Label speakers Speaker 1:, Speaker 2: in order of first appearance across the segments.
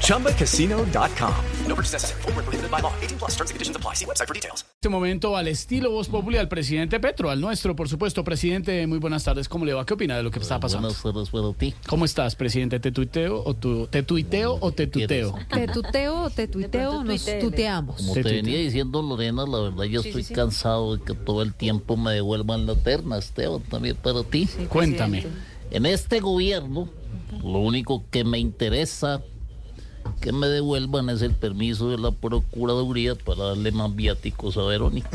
Speaker 1: ChumbaCasino.com. No purchase necessary. Void where prohibited by law. 18 plus terms and conditions apply. See website for details.
Speaker 2: este momento al estilo Voz Populi, al presidente Petro, al nuestro, por supuesto. Presidente, muy buenas tardes. ¿Cómo le va? ¿Qué opina de lo que está pasando?
Speaker 3: Buenos, buenos, buenos, ti.
Speaker 2: ¿Cómo estás, presidente? ¿Te tuiteo o, tu- te tuiteo o te tuteo?
Speaker 4: Te tuteo, o te tuiteo, nos tuteamos.
Speaker 3: Como
Speaker 2: Sí,
Speaker 3: te
Speaker 2: sí,
Speaker 3: venía diciendo Lorena, la verdad yo estoy cansado de que todo el tiempo me devuelvan la terna, Esteban, también para ti.
Speaker 2: Cuéntame.
Speaker 3: En este gobierno, lo único que me interesa que me devuelvan es el permiso de la Procuraduría para darle más viáticos a Verónica.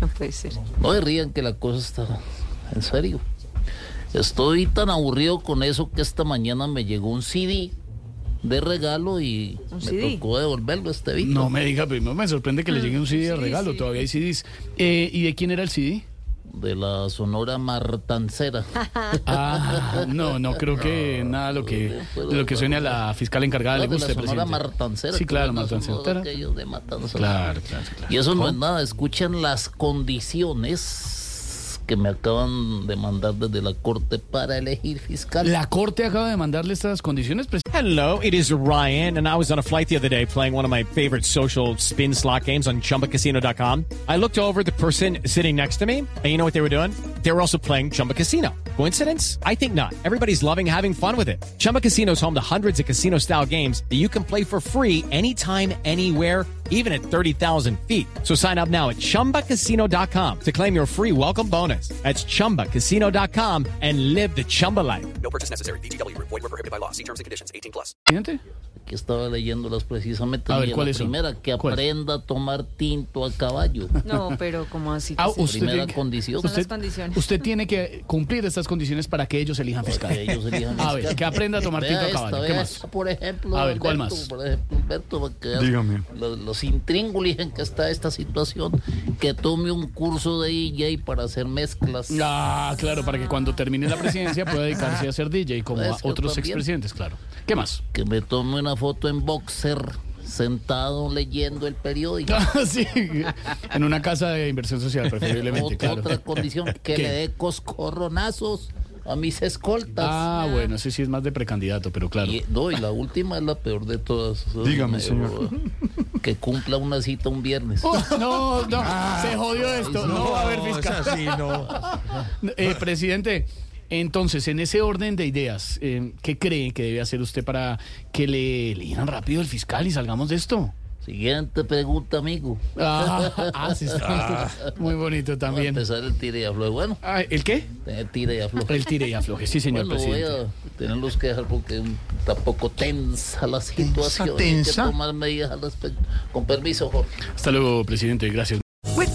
Speaker 4: No puede ser.
Speaker 3: No se rían que la cosa está en serio. Estoy tan aburrido con eso que esta mañana me llegó un CD de regalo y me
Speaker 4: CD?
Speaker 3: tocó devolverlo este vídeo.
Speaker 2: No me diga, primero me sorprende que le llegue un CD de regalo. Todavía hay CDs. Eh, ¿Y de quién era el CD?
Speaker 3: de la Sonora Martancera.
Speaker 2: Ah, no, no creo
Speaker 3: Ah,
Speaker 2: que nada lo que, de lo que suene a la fiscal encargada le
Speaker 3: de la
Speaker 2: guste,
Speaker 3: Sonora
Speaker 2: presidente.
Speaker 3: Martancera.
Speaker 2: Sí,
Speaker 3: que
Speaker 2: claro,
Speaker 3: era la sonora
Speaker 2: Martancera.
Speaker 3: que ellos de Matanzas.
Speaker 2: Claro, claro, claro.
Speaker 3: Y eso no es nada, escuchen las condiciones que me acaban de mandar desde la corte para elegir fiscal.
Speaker 2: La corte acaba de mandarle estas condiciones, presidente.
Speaker 5: Hello, it is Ryan, and I was on a flight the other day playing one of my favorite social spin slot games on chumbacasino.com. I looked over at the person sitting next to me, and you know what they were doing? They were also playing Chumba Casino. Coincidence? I think not. Everybody's loving having fun with it. Chumba Casino is home to hundreds of casino style games that you can play for free anytime, anywhere, even at 30,000 feet. So sign up now at chumbacasino.com to claim your free welcome bonus. That's chumbacasino.com and live the Chumba life.
Speaker 6: No purchase necessary. VGW Group. Void were prohibited by law. See terms and conditions. 18 plus.
Speaker 3: que estaba leyéndolas precisamente.
Speaker 2: A ver,
Speaker 3: y la
Speaker 2: ¿cuáles son?
Speaker 3: primera, que
Speaker 2: ¿Cuál?
Speaker 3: aprenda a tomar tinto a caballo.
Speaker 4: No, pero como así. que
Speaker 2: Ah,
Speaker 4: se-
Speaker 2: usted
Speaker 3: primera
Speaker 2: tiene que-
Speaker 3: condición.
Speaker 4: Son las condiciones.
Speaker 2: usted tiene que cumplir estas condiciones para que ellos elijan fiscal.
Speaker 3: Que ellos elijan
Speaker 2: a ver,
Speaker 3: fiscal.
Speaker 2: que aprenda a tomar
Speaker 3: Vea
Speaker 2: tinto a
Speaker 3: esta,
Speaker 2: caballo. ¿Qué
Speaker 3: vea
Speaker 2: más?
Speaker 3: esta, por ejemplo,
Speaker 2: A ver, ¿cuál
Speaker 3: Alberto,
Speaker 2: más?
Speaker 3: Por ejemplo, Alberto, para que veas Los, los intríngulis en que está esta situación, que tome un curso de DJ para hacer mezclas.
Speaker 2: Ah, claro, para que cuando termine la presidencia pueda dedicarse a ser DJ como a
Speaker 3: Pues Es que
Speaker 2: otros
Speaker 3: también.
Speaker 2: expresidentes, claro. ¿Qué más?
Speaker 3: Que me tome una foto en boxer, sentado leyendo el periódico.
Speaker 2: sí, en una casa de inversión social, preferiblemente,
Speaker 3: Otra,
Speaker 2: claro.
Speaker 3: otra condición, que
Speaker 2: ¿Qué?
Speaker 3: le dé coscorronazos a mis escoltas.
Speaker 2: Ah, bueno, ese sí es más de precandidato, pero claro.
Speaker 3: Y, no, y la última es la peor de todas. Dígame, señor. Oh. Que cumpla una cita un viernes.
Speaker 2: No, no,
Speaker 3: Ah,
Speaker 2: se jodió esto. No, va a haber fiscal.
Speaker 3: Ah.
Speaker 2: Eh, presidente, entonces, en ese orden de ideas, eh, ¿qué cree que debe hacer usted para que le elijan rápido el fiscal y salgamos de esto?
Speaker 3: Siguiente pregunta, amigo.
Speaker 2: Ah, ah, sí, está. Muy bonito
Speaker 3: Para
Speaker 2: también.
Speaker 3: empezar el tire y afloje. Bueno,
Speaker 2: Ah, ¿El qué?
Speaker 3: eh, tire y afloje.
Speaker 2: El tire y afloje, sí, señor
Speaker 3: Bueno, voy
Speaker 2: presidente.
Speaker 3: a tenerlos que dejar porque está poco tensa la situación. Tensa. Hay que tomar medidas al respecto. Con permiso, Jorge.
Speaker 2: Hasta luego, presidente, gracias.
Speaker 7: With